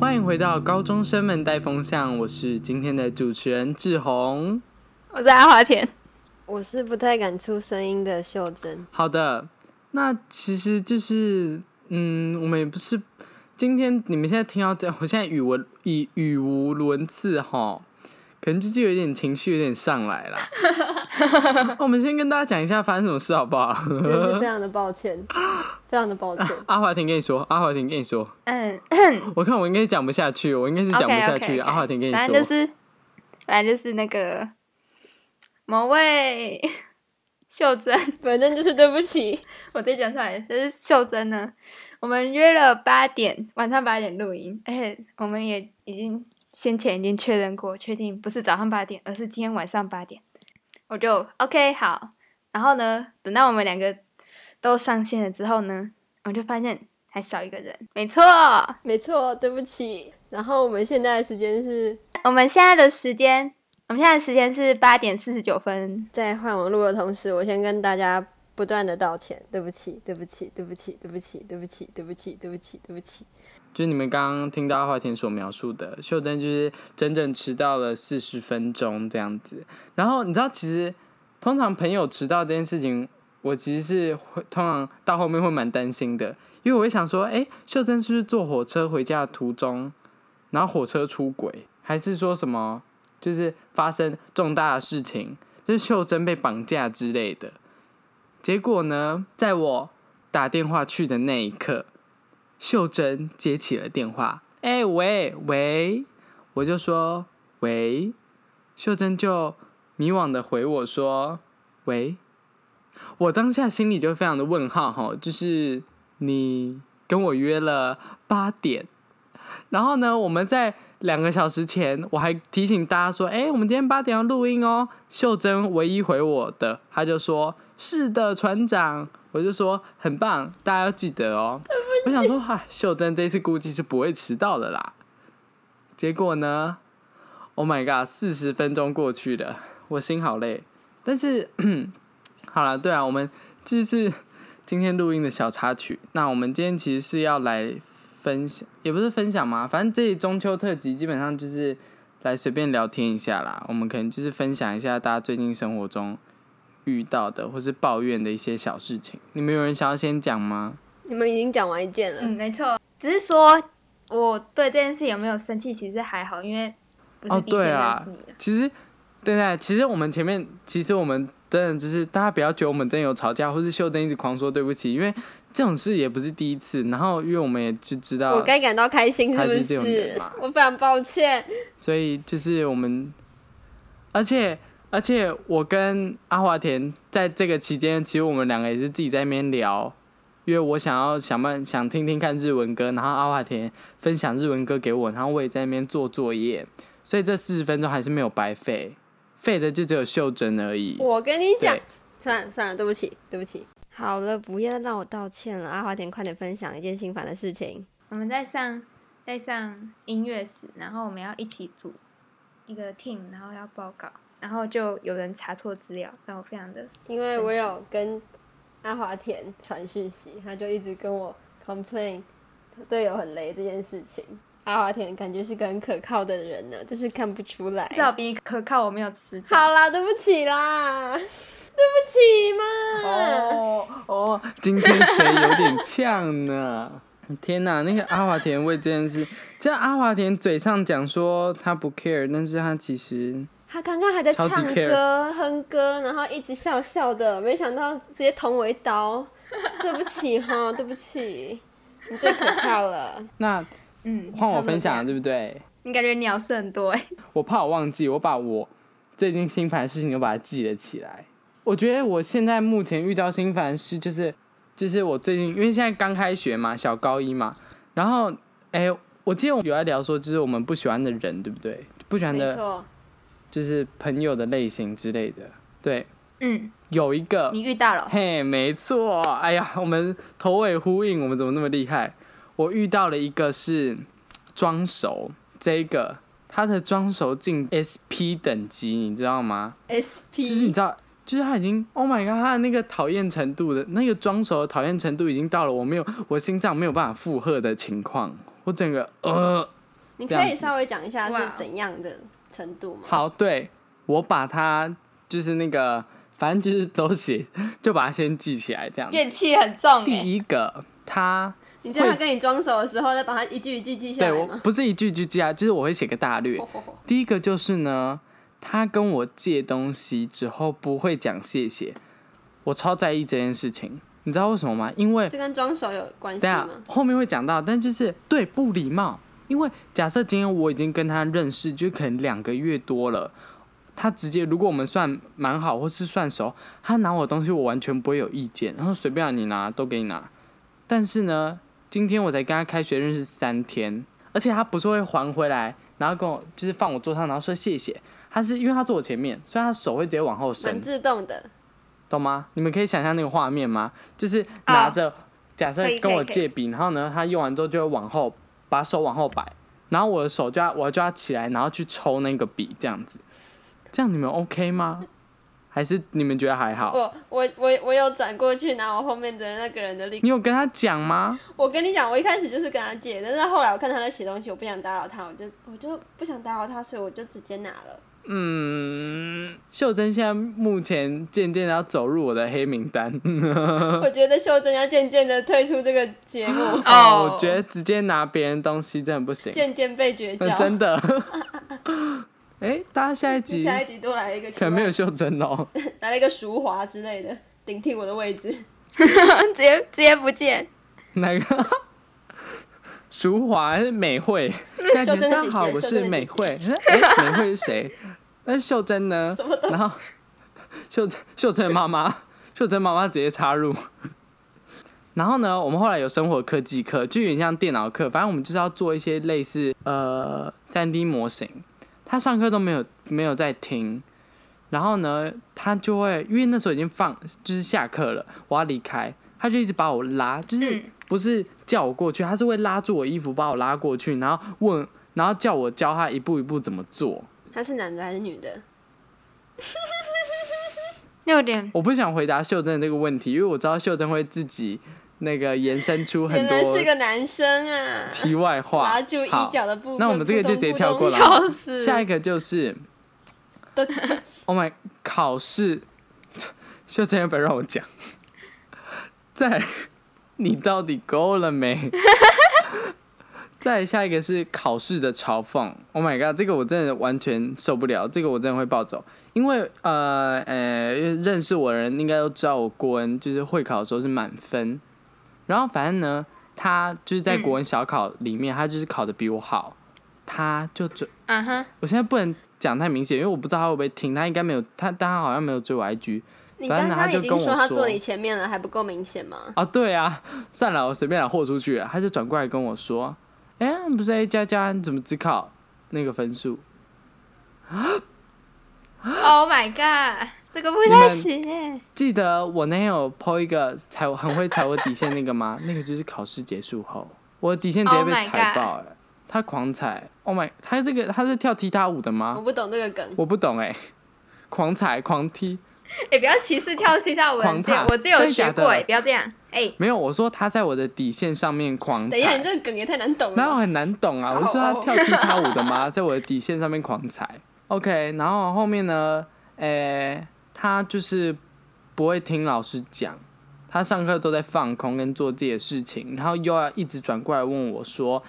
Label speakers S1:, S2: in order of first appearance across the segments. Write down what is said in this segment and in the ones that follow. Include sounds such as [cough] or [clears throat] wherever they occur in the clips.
S1: 欢迎回到高中生们带风向，我是今天的主持人志宏。
S2: 我在阿华田，
S3: 我是不太敢出声音的秀
S1: [laughs]
S3: 珍，
S1: 好的，那其实就是，嗯，我们也不是今天你们现在听到这，我现在语文语语无伦次哈，可能就是有一点情绪有点上来啦。
S2: [laughs]
S1: 我们先跟大家讲一下发生什么事好不好？
S3: 真的是非常的抱歉，非常的抱
S1: [laughs]
S3: 歉。
S1: 阿华庭跟你说，阿华庭跟你说，
S2: 嗯，
S1: 我看我应该讲不下去，我应该是讲不下去。阿华庭跟你
S2: 反正就
S1: 说，
S2: 是，反正就是那个某位秀珍， [laughs]
S3: 反正就是对不起，
S2: 我自己讲出来就是秀珍呢。我们约了八点，晚上八点录音，而且我们也已经先前已经确认过，确定不是早上八点，而是今天晚上八点。我就 OK 好，然后呢，等到我们两个都上线了之后呢，我就发现还少一个人，没错，
S3: 没错，对不起。然后我们现在的时间是
S2: 我们现在的时间，我们现在的时间是八点四十九分。
S3: 在换网络的同时，我先跟大家不断的道歉，对不起，对不起，对不起，对不起，对不起，对不起，对不起，对不起。
S1: 就是你们刚刚听到阿华田所描述的，秀珍就是整整迟到了四十分钟这样子。然后你知道，其实通常朋友迟到这件事情，我其实是会通常到后面会蛮担心的，因为我会想说，哎、秀珍是不是坐火车回家的途中，然后火车出轨，还是说什么就是发生重大的事情，就是秀珍被绑架之类的？结果呢，在我打电话去的那一刻，秀珍接起了电话，哎、喂喂，我就说喂，秀珍就迷惘的回我说喂，我当下心里就非常的问号哈，就是你跟我约了八点，然后呢，我们在两个小时前我还提醒大家说，哎、我们今天八点要录音哦。秀珍唯一回我的，她就说是的，船长，我就说很棒，大家要记得哦。我想说，哎，秀珍这次估计是不会迟到的啦。结果呢？Oh my god！四十分钟过去了，我心好累。但是， [clears throat] 好了，对啊，我们这是今天录音的小插曲。那我们今天其实是要来分享，也不是分享嘛，反正这里中秋特辑基本上就是来随便聊天一下啦。我们可能就是分享一下大家最近生活中遇到的或是抱怨的一些小事情。你们有人想要先讲吗？
S3: 你们已经讲完一件了，
S2: 嗯，没错，只是说我对这件事有没有生气，其实还好，因为不
S1: 哦
S2: 是第一天
S1: 对啊
S2: 认识你了。
S1: 其实，对对，其实我们前面，其实我们真的就是大家不要觉得我们真的有吵架，或是秀珍一直狂说对不起，因为这种事也不是第一次。然后，因为我们也就知
S3: 我
S1: 道，
S3: 该感到开心是
S1: 他
S3: 不
S1: 就是这种人
S3: 是
S1: 嘛？
S3: 我非常抱歉，
S1: 所以就是我们，而且而且我跟阿华田在这个期间，其实我们两个也是自己在那边聊。因为我想要想办想听听看日文歌，然后阿华田分享日文歌给我，然后我也在那边做作业，所以这四十分钟还是没有白费，费的就只有秀珍而已。
S3: 我跟你讲
S1: 对，
S3: 算了算了，对不起，对不起。好了，不要让我道歉了，阿华田，快点分享一件心烦的事情。
S2: 我们在上在上音乐史，然后我们要一起组一个 team，然后要报告，然后就有人查错资料，让我非常的
S3: 因为我有跟阿华田传讯息，他就一直跟我 complain 队友很雷这件事情。阿华田感觉是个很可靠的人呢，就是看不出来。
S2: 至少比你可靠，我没有吃到。
S3: 好啦，对不起啦，对不起嘛。
S1: 哦哦，今天谁有点呛呢？ [laughs] 天哪，那个阿华田为这件事，这阿华田嘴上讲说他不 care，但是他其实
S3: 他刚刚还在
S1: 超级
S3: 唱
S1: care
S3: 歌、哼歌，然后一直笑笑的，没想到直接捅我一
S1: [laughs]
S3: 刀。对不起哈，对不起，你最可靠了。
S1: 那
S2: 嗯，
S1: 换
S2: 差
S1: 我
S2: 不多
S1: 分
S2: 这
S1: 享了，
S2: 样，
S1: 对不对？
S2: 你感觉鸟事很多哎、
S1: 我怕我忘记，我把我最近心烦的事情又把它记了起来。我觉得我现在目前遇到心烦的事就是，就是我最近因为现在刚开学嘛，小高一嘛，然后哎、我记得我们有在聊说，就是我们不喜欢的人，对不对？不喜欢
S3: 没
S1: 的，
S3: 错，
S1: 就是朋友的类型之类的，对。
S2: 嗯，
S1: 有一个，
S2: [laughs] 你遇到了，
S1: 嘿，没错，哎呀，我们头尾呼应，我们怎么那么厉害？我遇到了一个是装熟，这个他的装熟进 SP 等级，你知道吗？
S3: SP
S1: 就是你知道，就是他已经，Oh my god，他的那个讨厌程度的那个装熟的讨厌程度已经到了我没有我心脏没有办法负荷的情况，我整个呃
S3: 你
S1: 这
S3: 可
S1: 样
S3: 以
S1: 子
S3: 稍微讲一下
S2: 哇哦
S3: 是怎样的程度吗？
S1: 好，对我把它就是那个，反正就是都写，就把它先记起来这样子。
S2: 怨气很重哎、
S1: 第一个，他
S3: 你在他跟你装熟的时候，再把它一句一句记下
S1: 对
S3: 来
S1: 我
S3: 吗？
S1: 不是一句一句记啊，就是我会写个大
S3: 哦
S1: 略。第一个就是呢，他跟我借东西之后不会讲谢谢，我超在意这件事情。你知道为什么吗？因为
S3: [laughs] 这跟装熟有关系
S1: 对啊
S3: 吗？，
S1: 后面会讲到，但就是对不礼貌，因为假设今天我已经跟他认识，就可能两个月多了，他直接如果我们算蛮好或是算熟，他拿我东西我完全不会有意见，然后随便让啊你拿都给你拿。但是呢，今天我才跟他开学认识三天，而且他不是会还回来，然后跟我就是放我桌上，然后说谢谢。他是因为他坐我前面，所以他手会直接往后伸
S3: 蛮，自动的，
S1: 懂吗？你们可以想象那个画面吗？就是拿着、假设
S2: 啊可以
S1: 跟我
S2: 可以可以，
S1: 借笔，然后呢，他用完之后就会往后把手往后摆，然后我的手就要我就要起来，然后去抽那个笔，这样子，这样你们 OK 吗？还是你们觉得还好？
S3: 我我我我有转过去拿我后面的那个人的例
S1: 你有跟他讲吗？
S3: 我跟你讲，我一开始就是跟他借，但是后来我看他在写东西，我不想打扰他，我就我就不想打扰他，所以我就直接拿了。
S1: 嗯，秀珍现在目前渐渐地要走入我的黑名单，嗯
S3: 我觉得秀珍要渐渐的退出这个节目
S1: [laughs]
S2: 哦，
S1: 我觉得直接拿别人东西真的不行，
S3: 渐渐被绝
S1: 那
S3: 交。
S1: 真
S2: [laughs]
S1: 的。哎、大家下一集
S3: 下一集多来一个奇
S1: 可
S3: 怪，
S1: 能没有秀珍哦。
S3: 来一个淑华之类的顶替我的位置。
S2: [laughs] 直接直接不见，
S1: 哪 [laughs] 个？淑华还是美惠？大
S3: 秀珍的
S1: 家
S3: 姐姐
S1: 好，我是美惠。 [laughs] 哎、美惠是谁？ [laughs] 那秀珍呢？然后 [laughs] 秀珍秀珍的妈妈，秀珍妈妈直接插入。然后呢，我们后来有生活科技课，就有点像电脑课，反正我们就是要做一些类似呃三 D 模型。他上课都没有没有在听，然后呢，他就会因为那时候已经放就是下课了，我要离开，他就一直把我拉，就是
S2: 嗯
S1: 不是叫我过去，他是会拉住我衣服把我拉过去，然后问，然后叫我教他一步一步怎么做。
S3: 他是男的还是女的？
S2: 六点
S1: 我不想回答秀珍的这个问题，因为我知道秀珍会自己那个延伸出很
S3: [laughs] 原来是
S1: 多
S3: 个男生啊！
S1: 题外话。
S3: 拉住衣
S1: 好，
S3: 角的部分，
S1: 那我们这个就直接跳过了
S2: 笑死，
S1: 下一个就是
S3: 扑通扑通。都都
S1: ，Oh my，考试，秀珍要不要让我讲？ [laughs] 再来，你到底够了没？ [laughs] 再来下一个是考试的嘲讽，Oh my god，这个我真的完全受不了，这个我真的会暴走。因为呃呃，认识我的人应该都知道，我国文就是会考的时候是满分，然后反正呢，他就是在国文小考里面，他就是考的比我好，他就准。
S2: 嗯哼，
S1: 我现在不能讲太明显，因为我不知道他会不会听，他应该没有，他但他好像没有追我 IG。
S3: 你
S1: [laughs] 反
S3: 刚
S1: 正呢
S3: 刚
S1: 他就
S3: 已
S1: 跟
S3: 经
S1: 我
S3: 他
S1: 说
S3: 坐你前面了，还不够明显吗？
S1: 哦，对啊， [laughs] 算了，我随便啦豁出去啊了他就转过来跟我说：“哎、你不是 A 加加，你怎么只考那个分数
S2: Oh my god，这个不
S1: 你
S2: 太
S1: 们
S2: 行哎，？”
S1: 记得我那天有 PO 一个踩我很会踩我底线那个吗？ [laughs] 那个就是考试结束后，我的底线直接
S2: Oh
S1: 被
S2: my
S1: 踩
S2: God
S1: 爆、哎，他狂踩，Oh my，他这个他是跳踢踏舞的
S3: 我
S1: 吗？
S3: 不懂这个梗。
S1: 我不懂哎、狂踩狂踢，
S2: 也哎不要歧视跳踢到我
S1: 狂
S2: 这样
S1: 踏，
S2: 我这有
S1: 真的
S2: 学
S1: 假的
S2: 过哎，不要这样哎，
S1: 没有，我说他在我的底线上面狂踩。
S3: 等一下，你这个梗也太难懂了
S1: 然后
S3: 吧。
S1: 很难懂啊，
S3: 哦
S1: 我是说他跳踢踏舞的吗？在 [laughs] 我的底线上面狂踩。OK，然后后面呢，诶、他就是不会听老师讲，他上课都在放空跟做自己的事情，然后又要一直转过来问我说，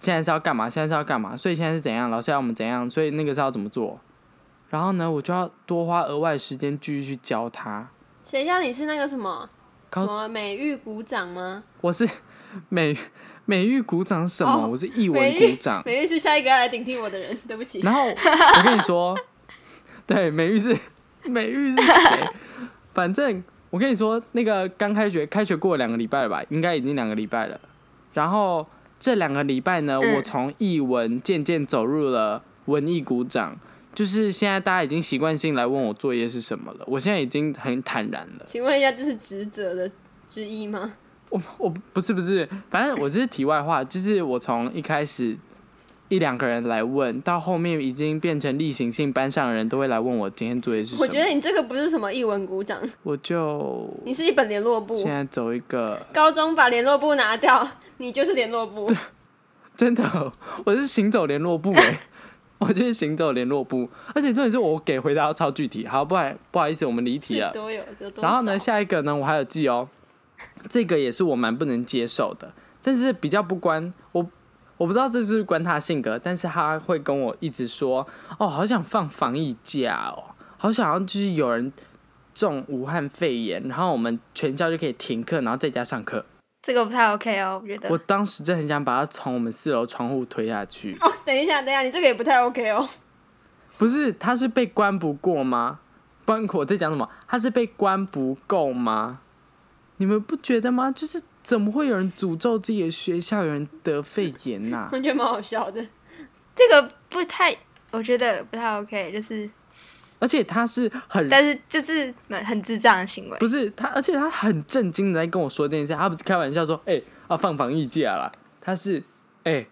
S1: 现在是要干嘛？现在是要干嘛？所以现在是怎样？老师要我们怎样？所以那个是要怎么做？然后呢，我就要多花额外的时间继续去教他。
S3: 谁叫你是那个什么
S1: 高
S3: 什么美玉鼓掌吗？
S1: 我是 [laughs] 美美育鼓掌是什么？
S3: 哦
S1: 我是译文
S3: 美
S1: 鼓
S3: 玉
S1: 掌。
S3: 美玉是下一个要来顶替我的人，对不起。
S1: 然后我跟你说，对，美玉是 [laughs] 美玉是谁？反正我跟你说，那个刚开学，开学过两个礼拜了吧，应该已经两个礼拜了。然后这两个礼拜呢，
S2: 嗯
S1: 我从译文渐渐走入了文艺鼓掌，就是现在大家已经习惯性来问我作业是什么了，我现在已经很坦然了。
S3: 请问一下，这是职责的之一吗？
S1: 我我不是不是，反正我这是题外话，就是我从一开始一两个人来问，到后面已经变成例行性，班上的人都会来问我今天作业是什么。
S3: 我觉得你这个不是什么译文鼓掌，
S1: 我就
S3: 你是一本
S1: 啊
S3: 联络簿。
S1: 现在走一个
S3: 高中把联络簿拿掉，你就是联络簿。
S1: 真的 [laughs] 哦，我是行走联络部哎、 [laughs] 我就是行走联络部，而且重点是我给回答要超具体。好，不然不好意思，我们离题了
S3: 是。多有有多少？
S1: 然后呢，下一个呢，我还有记哦，这个也是我蛮不能接受的，但是比较不关我，我不知道这是不是关他性格，但是他会跟我一直说，哦，好想放防疫假哦，好想要就是有人中武汉肺炎，然后我们全校就可以停课，然后在家上课。
S2: 这个不太 OK 哦，我觉
S1: 我
S2: 得。
S1: 当时真的很想把他从我们四楼窗户推下去。
S3: 哦，等一下，等一下，你这个也不太 OK 哦。
S1: 不是，他是被关不过吗？关我在讲什么？他是被关不够吗？你们不觉得吗？就是怎么会有人诅咒自己的学校有人得肺炎啊呐、
S3: 我觉得蛮好笑的。
S2: 这个不太，我觉得不太 OK，就是，
S1: 而且他是很
S2: 但是就是蛮很智障的行为。
S1: 不是他，而且他很震惊的在跟我说这件事，他不是开玩笑说，哎、啊放防疫假啦，他是哎、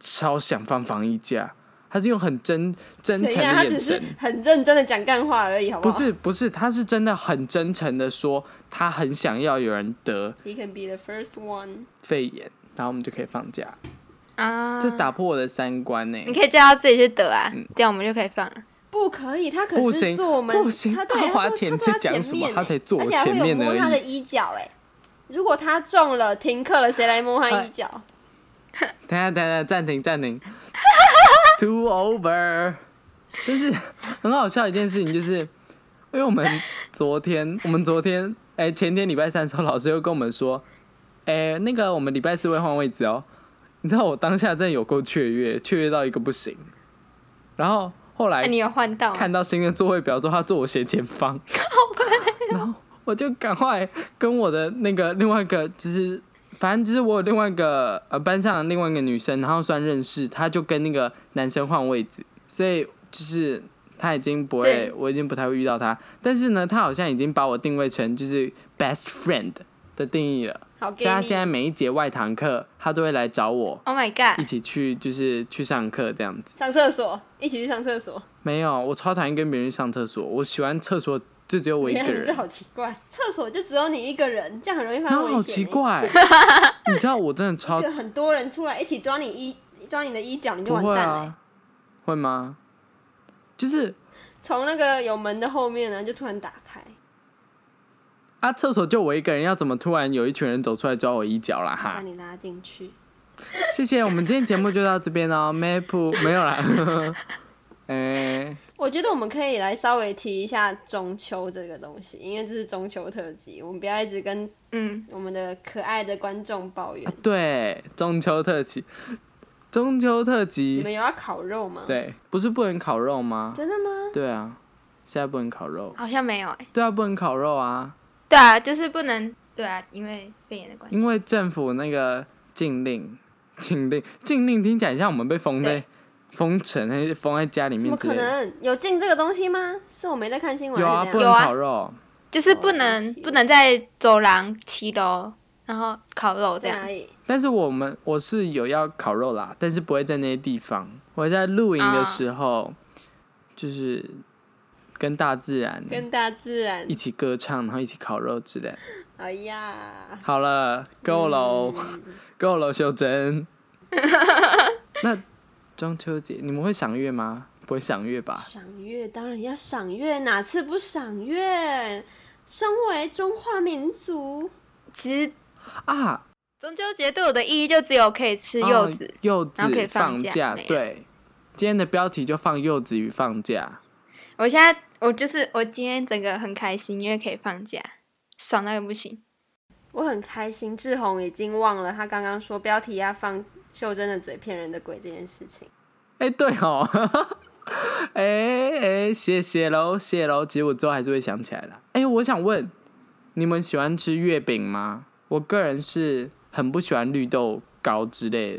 S1: 超想放防疫假，他是用很真真
S3: 等一
S1: 诚
S3: 下，他
S1: 的
S3: 只
S1: 眼
S3: 是
S1: 神。
S3: 很认真的讲干话而已，好
S1: 不
S3: 好？
S1: 是不是，他是真的很真诚的说，他很想要有人得
S3: He can be the first one。
S1: 肺炎，然后我们就可以放假。
S2: 啊，
S1: 这打破嗯我的三观呢、
S2: 你可以叫他自己去得啊，这样我们就可以放了。
S3: 不可以，他可
S1: 不
S3: 是
S1: 行
S3: 坐我们，
S1: 不行
S3: 他对
S1: 阿
S3: 他
S1: 华
S3: 坐
S1: 田
S3: 他
S1: 在
S3: 坐他
S1: 讲
S3: 前
S1: 什么
S3: 面欸，
S1: 他才坐我
S3: 而且还会
S1: 前
S3: 有
S1: 面
S3: 摸
S1: 而
S3: 他
S1: 已
S3: 的衣角哎、如果他中了停课了，谁来摸他
S1: 哎
S3: 衣角？
S1: 等一下等一下，暂停暂停，Two over，就是很好笑的一件事情，就是因为我们昨天，我们昨天，哎、前天礼拜三的时候，老师又跟我们说，哎、那个我们礼拜四会换位置哦。你知道我当下真的有够雀跃，雀跃到一个不行。然后后来
S2: 啊那、你有换
S3: 哦
S2: 到吗？
S1: 看到新的座位表之后，他坐我斜前方，
S3: 哦
S1: 然后我就赶快跟我的那个另外一个，就是反正就是我有另外一个呃班上的另外一个女生，然后算认识，她就跟那个男生换位置，所以就是她已经不会
S2: 对，
S1: 我已经不太会遇到她，但是呢，她好像已经把我定位成就是 best friend 的定义了，
S3: 好，
S1: 所以
S3: 给
S1: 她
S3: 你。
S1: 现在每一节外堂课，她都会来找我
S2: Oh my
S1: 一
S2: god！
S1: 起去，就是去上课这样子。
S3: 上厕所，一起去上厕所。
S1: 没有，我超讨厌跟别人上厕所，我喜欢厕所就只有我一
S3: [laughs] 你
S1: 个
S3: 看，这
S1: 人，
S3: 好奇怪，厕所就只有你一个人，这样很容易发
S1: 然
S3: 生
S1: 后
S3: 危险、欸
S1: 好奇，怪， [laughs] 你知道我真的超
S3: 就很多人出来一起抓你衣，抓你的衣角，你就
S1: 不
S3: 完
S1: 会
S3: 蛋了欸、
S1: 啊，会吗？就是
S3: 从那个有门的后面呢，就突然打开。
S1: 啊，厕所就我一个人，要怎么突然有一群人走出来抓我衣角啦？
S3: 把 [laughs]
S1: 哈，
S3: 你拉进去。
S1: 谢谢，我们今天节目就到这边哦 [laughs] ，Map 没有啦， [laughs] 哎、
S3: 我觉得我们可以来稍微提一下中秋这个东西，因为这是中秋特辑，我们不要一直跟
S2: 嗯，
S3: 我们的可爱的观众抱
S1: 啊
S3: 怨。
S1: 对，中秋特辑，中秋特
S3: 你
S1: 辑
S3: 们，有要烤肉吗？，
S1: 对，不是不能烤肉吗？
S3: 真的吗？
S1: 对啊，现在不能烤肉，
S2: 好像没有哎、
S1: 对啊，不能烤肉啊。
S2: 对啊，就是不能，对啊，因为肺炎的关系。
S1: 因为政府那个禁令，禁令，禁令听起来像我们被封在
S2: 对
S1: 封城，还是封在家里
S3: 怎
S1: 面
S3: 么
S1: 之
S3: 可
S1: 类的。
S3: 能有进这个东西吗？是我没在看新闻，
S1: 有啊，
S3: 还是
S1: 不
S3: 怎
S1: 能
S3: 样
S2: 有啊
S1: 烤肉，
S2: 就是不能不能在走廊七楼，然后烤肉这
S3: 在哪
S2: 样。
S3: 里？
S1: 但是我们我是有要烤肉啦，但是不会在那些地方。我会在露营
S2: 啊
S1: 的时候，就是跟大自然
S3: 跟大自然
S1: 一。起歌唱，然后一起烤肉之类的。
S3: 哎呀，
S1: 好了，够了哦，够了，秀
S2: [laughs]
S1: 珍。那中秋节你们会赏月吗？不会赏月吧？
S3: 赏月当然要赏月，哪次不赏月？身为中华民族，
S2: 其实
S1: 啊，
S2: 中秋节对我的意义就只有可以吃柚子
S1: 哦，柚子
S2: 然后可以放
S1: 放
S2: 假没有
S1: 对，今天的标题就放柚子与放假。
S2: 我现在我就是我今天整个很开心，因为可以放假，爽到一个不行。
S3: 我很开心。志宏已经忘了他刚刚说标题要放秀珍的嘴骗人的鬼这件事情。
S1: 哎、对哦， [laughs] 哎哎、谢谢喽，谢喽。其实我之后还是会想起来的。哎、我想问，你们喜欢吃月饼吗？我个人是很不喜欢绿豆糕之类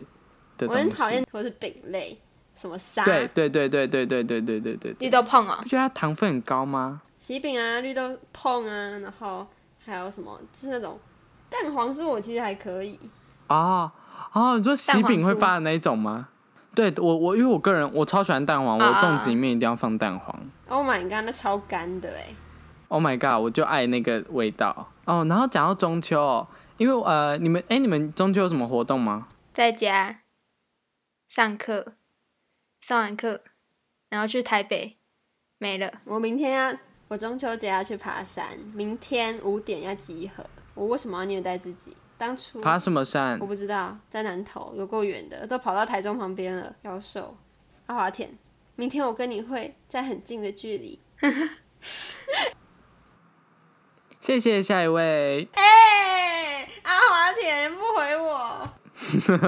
S1: 的
S3: 我
S1: 东
S3: 很
S1: 西。
S3: 讨厌，或是饼类，什么沙
S1: 对对对对对对对对对对对，
S2: 绿豆碰哦
S1: 不，觉得它糖分很高吗？
S3: 喜饼啊、绿豆碰啊，然后还有什么，就是那种蛋黄酥，我其实还可以。
S1: 哦哦，你说喜饼
S2: 蛋
S1: 会
S2: 黄酥
S1: 发的那一种吗？对我我因为我个人我超喜欢蛋黄，我
S2: 啊啊
S1: 粽子里面一定要放蛋黄。
S3: Oh my god，那超干的哎！
S1: Oh my god，我就爱那个味道哦。然后讲到中秋哦，因为呃你们哎、你们中秋有什么活动吗？
S2: 在家上课，上完课，然后去台北，没了。
S3: 我明天要，我中秋节要去爬山，明天五点要集合。我为什么要虐待自己？当初
S1: 爬什么山
S3: 我？不知道，在南投有够远的，都跑到台中旁边了，妖兽。阿华田，明天我跟你会在很近的距离。
S1: 谢谢下一位，
S3: 哎、阿华田不回我，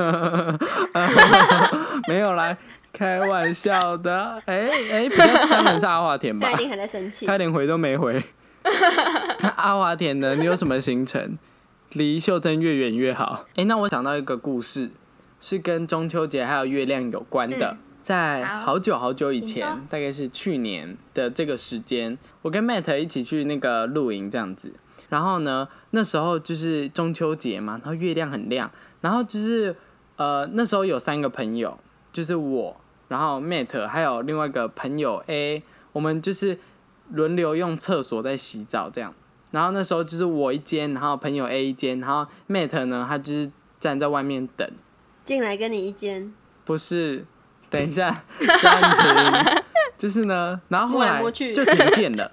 S1: 没有来 [laughs] 开玩笑的。哎、哎，比较像的是阿华田吧
S2: [laughs]
S3: 他一？定还在生气
S1: 他。连回都没回。 [laughs] 那阿华田呢？你有什么行程？离秀珍越远越好。哎、那我想到一个故事，是跟中秋节还有月亮有关的。在
S2: 好
S1: 好久好久以
S2: 嗯请
S1: 前
S2: 说，
S1: 大概是去年的这个时间，我跟 Matt 一起去那个露营这样子。然后呢，那时候就是中秋节嘛，然后月亮很亮，然后就是呃那时候有三个朋友，就是我，然后 Matt 还有另外一个朋友 A，我们就是轮流用厕所在洗澡这样。然后那时候就是我一间，然后朋友 A 一间，然后 Matt 呢，他就是站在外面等，
S3: 进来跟你一间，
S1: 不是，等一下，暂停，就是呢，然后后
S3: 摸来
S1: 来
S3: 摸去
S1: 就停电了，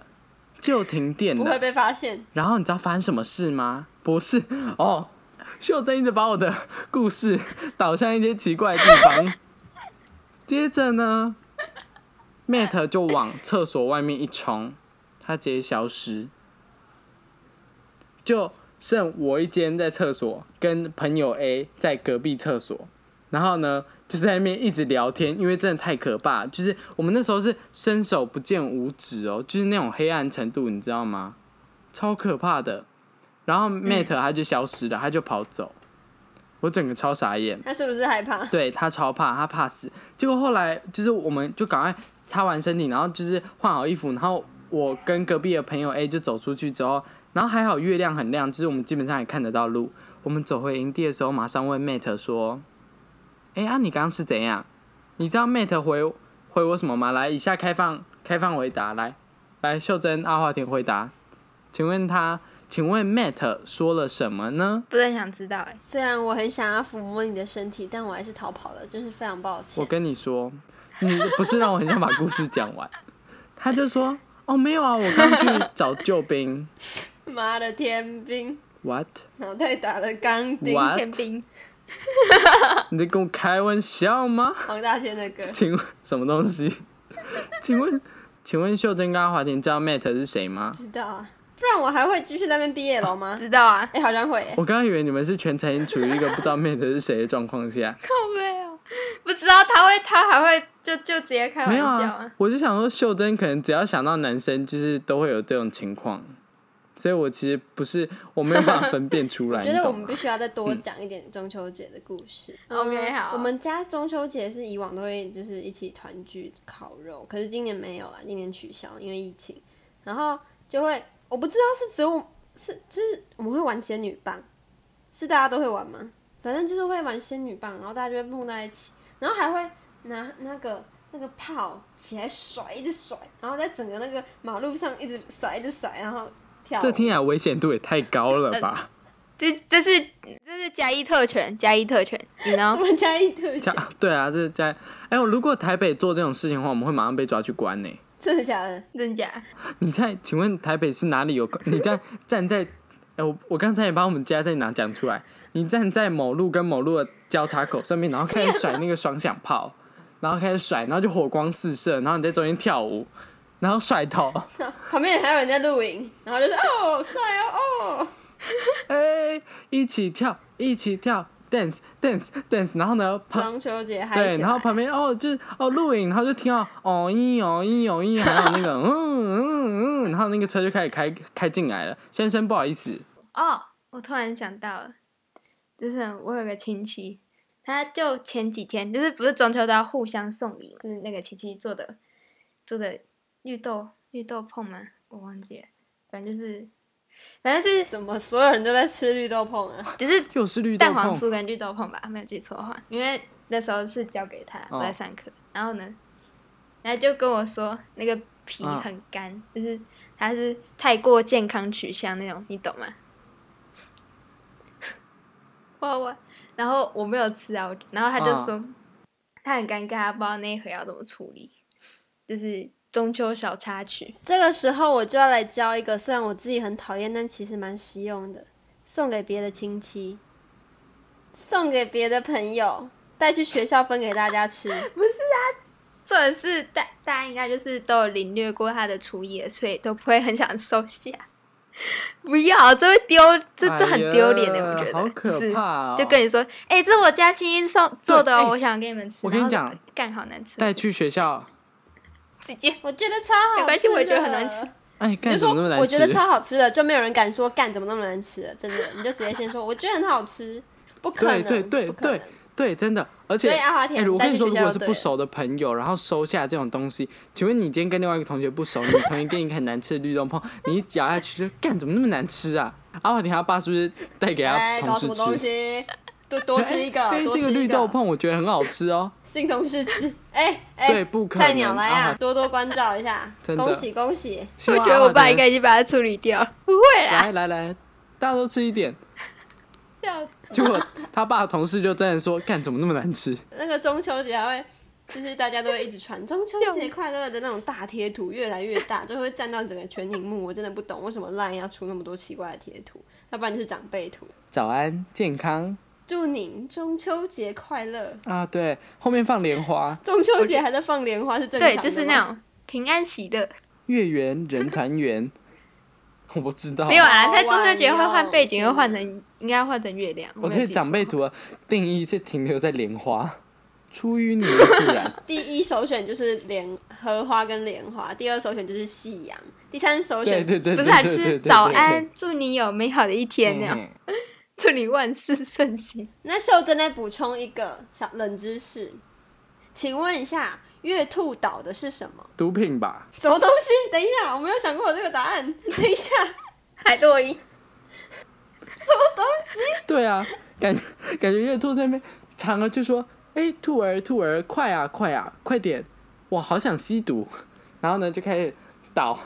S1: 就停电
S3: 不
S1: 了
S3: 会，被发现。
S1: 然后你知道发生什么事吗？不是哦，秀珍一直把我的故事导向一些奇怪的地方。接着呢，Matt 就往厕所外面一冲，他直接消失，就剩我一间在厕所，跟朋友 A 在隔壁厕所。然后呢，就在那边一直聊天，因为真的太可怕。就是我们那时候是伸手不见五指哦，就是那种黑暗程度，你知道吗？超可怕的。然后 Mate 他就消失了，他就跑走，我整个超傻眼。
S3: 他是不是害怕？ [laughs]
S1: 对他超怕，他怕死。结果后来就是我们就赶快擦完身体，然后就是换好衣服，然后我跟隔壁的朋友 A 就走出去之后，然后还好月亮很亮，就是我们基本上也看得到路。我们走回营地的时候，马上问 Mate 说：“哎、啊，你刚刚是怎样？你知道 Mate 回回我什么吗？来，以下开放开放回答，来来，秀珍阿华田回答，请问他，请问 Mate 说了什么呢？”
S2: 不是很想知道哎、
S3: 虽然我很想要抚摸你的身体，但我还是逃跑了，真是非常抱
S1: 我
S3: 歉。
S1: 跟你说，你不是让我很想把故事讲完。他就说：“哦，没有啊，我刚去找救兵。
S3: 妈的天兵，
S1: ”What？
S3: 脑袋打了钢钉。
S1: What？
S2: 天
S1: [laughs]
S2: 兵
S1: 你在跟我开玩笑吗？ [laughs]
S3: 黄大仙的歌，
S1: 请问什么东西？请问，请问秀珍跟阿华田知道 Mate 是谁吗？
S3: 知道啊，不然我还会继续在那边毕业楼
S2: [laughs]
S3: 吗？
S2: 知道啊，
S3: 哎、好像会、欸。
S1: 我刚刚以为你们是全程处于一个不知道 Mate 是谁的状况下，
S2: 靠没有，不知道他会，他还会就就直接开玩
S1: 哦没
S2: 笑
S1: 有啊
S2: 啊。。
S1: 我就想说，秀珍可能只要想到男生，就是都会有这种情况，所以我其实不是，我没有办法分辨出
S3: [laughs]
S1: 来。
S3: 我觉
S1: 你
S3: 得我
S1: 懂吗嗯
S3: 们必须要再多讲一点中秋节的故事。
S2: OK，
S3: 嗯
S2: 好
S3: 我们家中秋节是以往都会就是一起团聚烤肉，可是今年没有了，今年取消，因为疫情。然后就会，我不知道是只有我是就是我们会玩仙女棒，是大家都会玩吗？反正就是会玩仙女棒，然后大家就会碰在一起，然后还会拿那个那个炮起来甩，一直甩，然后在整个那个马路上一直甩，一直甩，然后跳舞。
S1: 这听起来危险度也太高了
S3: 呃
S1: 吧？
S2: 这这是这是加一特权，加一特权，你知道
S3: 什
S2: 吗？
S3: 么加一特
S1: 加
S3: 权？
S1: 对啊，这是加哎、呦，如果台北做这种事情的话，我们会马上被抓去关呢、
S3: 真的假的？
S2: 真假？
S1: 你在请问台北是哪里有？你站站在哎、我我刚才也把我们家在哪讲出来。你站在某路跟某路的交叉口上面，然后开始甩那个双响炮，然后开始甩，然后就火光四射，然后你在中间跳舞，然后甩头，
S3: 旁边还有人在露营，然后就是哦，帅哦，哦，
S1: [laughs] 哎、一起跳，一起跳，dance dance dance，然后呢，旁
S3: 中秋节嗨
S1: 对，
S3: 起来
S1: 然后旁边哦，就是哦录影，然后就听到哦咦哦咦哦咦，还有那个嗯嗯嗯，然后那个车就开始开开进来了。先生，不好意思，
S2: 哦，我突然想到了，就是我有个亲戚，他就前几天就是不是中秋都要互相送礼嘛，就是那个亲戚做的做的绿豆绿豆碰吗？我忘记了，反正就是反正是
S3: 怎么所有人都在吃绿豆碰啊？
S2: 只是
S1: 又是绿豆
S2: 蛋黄
S1: 碰，
S2: 酥跟绿豆碰吧，没有记错的话，因为那时候是交给他，
S1: 哦
S2: 我在上课，然后呢，他就跟我说那个皮
S1: 嗯
S2: 很干，就是它是太过健康取向那种，你懂吗？ [laughs]
S1: 嗯
S2: 我我，然后我没有吃啊，我然后他就说，他很尴尬，不知道那一回要怎么处理，就是中秋小插曲。
S3: 这个时候我就要来教一个，虽然我自己很讨厌，但其实蛮实用的，送给别的亲戚，送给别的朋友，带去学校分给大家
S1: [laughs]
S3: 吃。
S2: 重点是大大家应该就是都有领略过他的厨艺了，所以都不会很想收下。 [laughs] 不要，这会丢，这这很丢脸的，
S1: 哎呀
S2: 我觉得。
S1: 好
S2: 是
S1: 可怕、哦。
S2: [laughs] 就跟你说，哎、这是我家亲戚送做的、
S1: 对
S2: 哦，
S1: 哎
S2: 我想给你们吃。
S1: 我跟你
S2: 然后
S1: 讲，
S2: 干好难吃，
S1: 带去学校，
S2: 直
S1: [laughs]
S2: 接
S3: 我觉得超好吃的，
S2: 没关系我也觉得很难吃
S1: 哎，
S3: 你
S1: 干
S3: 就
S1: 什
S3: 说
S1: 么那么难吃？
S3: 我觉得超好吃的，就没有人敢说干怎么那么难吃的，真的，你就直接先说我觉得很好吃，不可能，
S1: 对对对
S3: 不可能
S1: 对对，真的，而且
S3: 所以阿华田
S1: 哎，我跟你说，
S3: 带去
S1: 如
S3: 学校
S1: 果
S3: 就是对
S1: 不熟的朋友，然后收下这种东西，请问你今天跟另外一个同学不熟，你同学给你一个很难吃的啊绿豆椪，你一咬下去就干，怎么那么难吃啊？阿华田他爸是不是带给他
S3: 哎，
S1: 同
S3: 搞什
S1: 事
S3: 么东
S1: 吃？
S3: 西？多多吃
S1: [laughs]
S3: 一个
S1: 哎，
S3: 多
S1: 这
S3: 吃
S1: 个
S3: 一
S1: 绿豆椪我觉得很好吃哦，
S3: 新同事吃，哎哎，
S1: 对不可能
S3: 菜鸟来
S1: 阿华
S3: 啊，多多关照一下，
S1: [laughs] 真的
S3: 恭喜恭喜！
S1: 希
S2: 我
S1: 望
S2: 觉得我
S1: 阿华
S2: 爸
S1: 田
S2: 应该已经把它处理掉了，不会啦，
S1: 来来来，大家都吃一点。
S2: 笑死
S1: 结果他爸的同事就真的说， [laughs] 干怎么那么难吃？
S3: 那个中秋节还会，就是大家都会一直传中秋节快乐的那种大贴图，越来越大，就会占到整个全荧幕。我真的不懂为什么 LINE 要出那么多奇怪的贴图，要不然就是长辈图。
S1: 早安，健康
S3: 祝您中秋节快乐！
S1: 啊，对，后面放莲花，
S3: 中秋节还在放莲花是正常
S2: 对
S3: 的，吗
S2: 就是那种平安喜乐。
S1: 月圆人团圆， [laughs] 我不知道，
S2: 没有啊，
S3: 好
S2: 他中秋节会
S3: 玩
S2: 换
S3: 哟。
S2: 背景，会换成应该换成月亮。
S1: 我
S2: 没有
S1: 对
S2: 记
S1: 长辈
S2: 错
S1: 图的定义是停留在莲花，出淤泥而不染
S3: 第一首选就是莲荷花跟莲花，第二首选就是夕阳，第三首
S1: 对
S3: 选
S1: 对对，
S2: [laughs] 不是
S1: 对
S2: 啊，
S1: 对
S2: 就
S1: 对
S2: 是
S1: 对对
S2: 早
S1: 对
S2: 安，祝你有美好的一天，
S1: 嗯
S2: 那样，
S1: 嗯
S2: [laughs] 祝你万事顺心。
S3: 那秀珍再补充一个小冷知识，请问一下，月兔岛的是什么？
S1: 毒品吧？
S3: 什么东西？等一下，我没有想过我这个答案。等一下，
S2: 海洛因，
S1: [laughs] 对啊，感觉感觉月兔在那边，嫦娥就说：“哎、兔儿兔儿，快啊快啊，快点！我好想吸毒。”然后呢，就开始倒。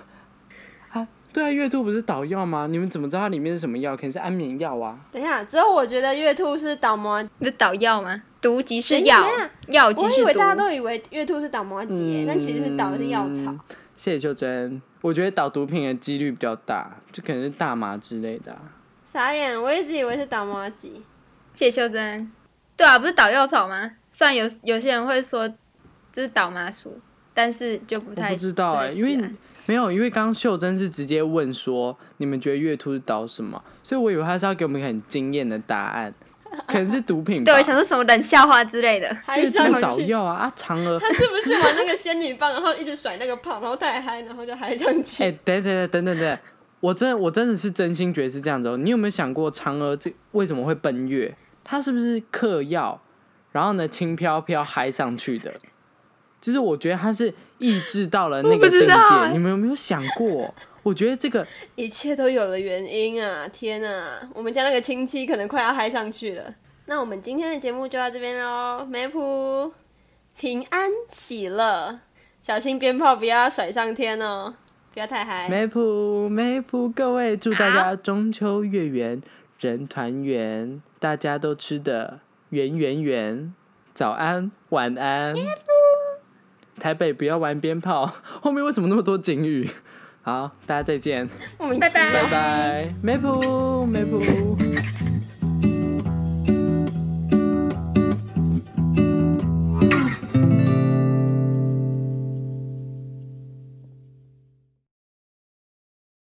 S1: 啊，对啊，月兔不是倒药吗？你们怎么知道它里面是什么药？肯定是安眠药啊！
S3: 等一下，只有我觉得月兔是倒摩，
S2: 你是倒药吗？毒即是
S3: 等一下
S2: 药
S3: 等一下，
S2: 药即
S3: 我以
S2: 是
S3: 为
S2: 毒。
S3: 大家都以为月兔是倒摩节，但其实是倒的是药草
S1: 嗯。谢谢秀珍，我觉得倒毒品的几率比较大，就可能是大麻之类的啊、
S3: 傻眼，我一直以为是倒摩节。
S2: 谢秀珍，对啊，不是倒药草吗？虽然有有些人会说就是倒麻薯，但是就不
S1: 我
S2: 太
S1: 不知道哎、
S2: 太啊
S1: 因为
S2: 自然
S1: 没有，因为刚刚秀珍是直接问说你们觉得月兔是倒什么，所以我以为他是要给我们一个很惊艳的答案，可能是毒品吧
S2: 对，我。想说什么冷笑话之类的。
S3: 还
S1: 月
S3: 上
S1: 兔倒
S3: 去，
S1: 药啊啊！嫦娥，
S3: 他是不是玩那个仙女棒，然后一直甩那个炮，然后太嗨，然后就嗨上去？
S1: 哎、等等等等等等，我真的我真的是真心觉得是这样子、哦。你有没有想过嫦娥这为什么会奔月？她是不是嗑药，然后呢轻飘飘嗨上去的？就是我觉得她是意志到了那
S2: 我不
S1: 个
S2: 知
S1: 境界，
S2: 道哎
S1: 你们有没有想过？我觉得这个
S3: 一切都有了原因啊！天啊，我们家那个亲戚可能快要嗨上去了。那我们今天的节目就到这边喽，梅普平安喜乐，小心鞭炮不要甩上天哦，不要太嗨。
S1: 梅普梅普，各位祝大家中秋月圆人团圆，大家都吃的圆圆圆。早安，晚安。台北不要玩鞭炮，后面为什么那么多警语？好，大家再见，
S3: 莫名其妙。
S2: 拜
S1: 拜拜。梅普梅普。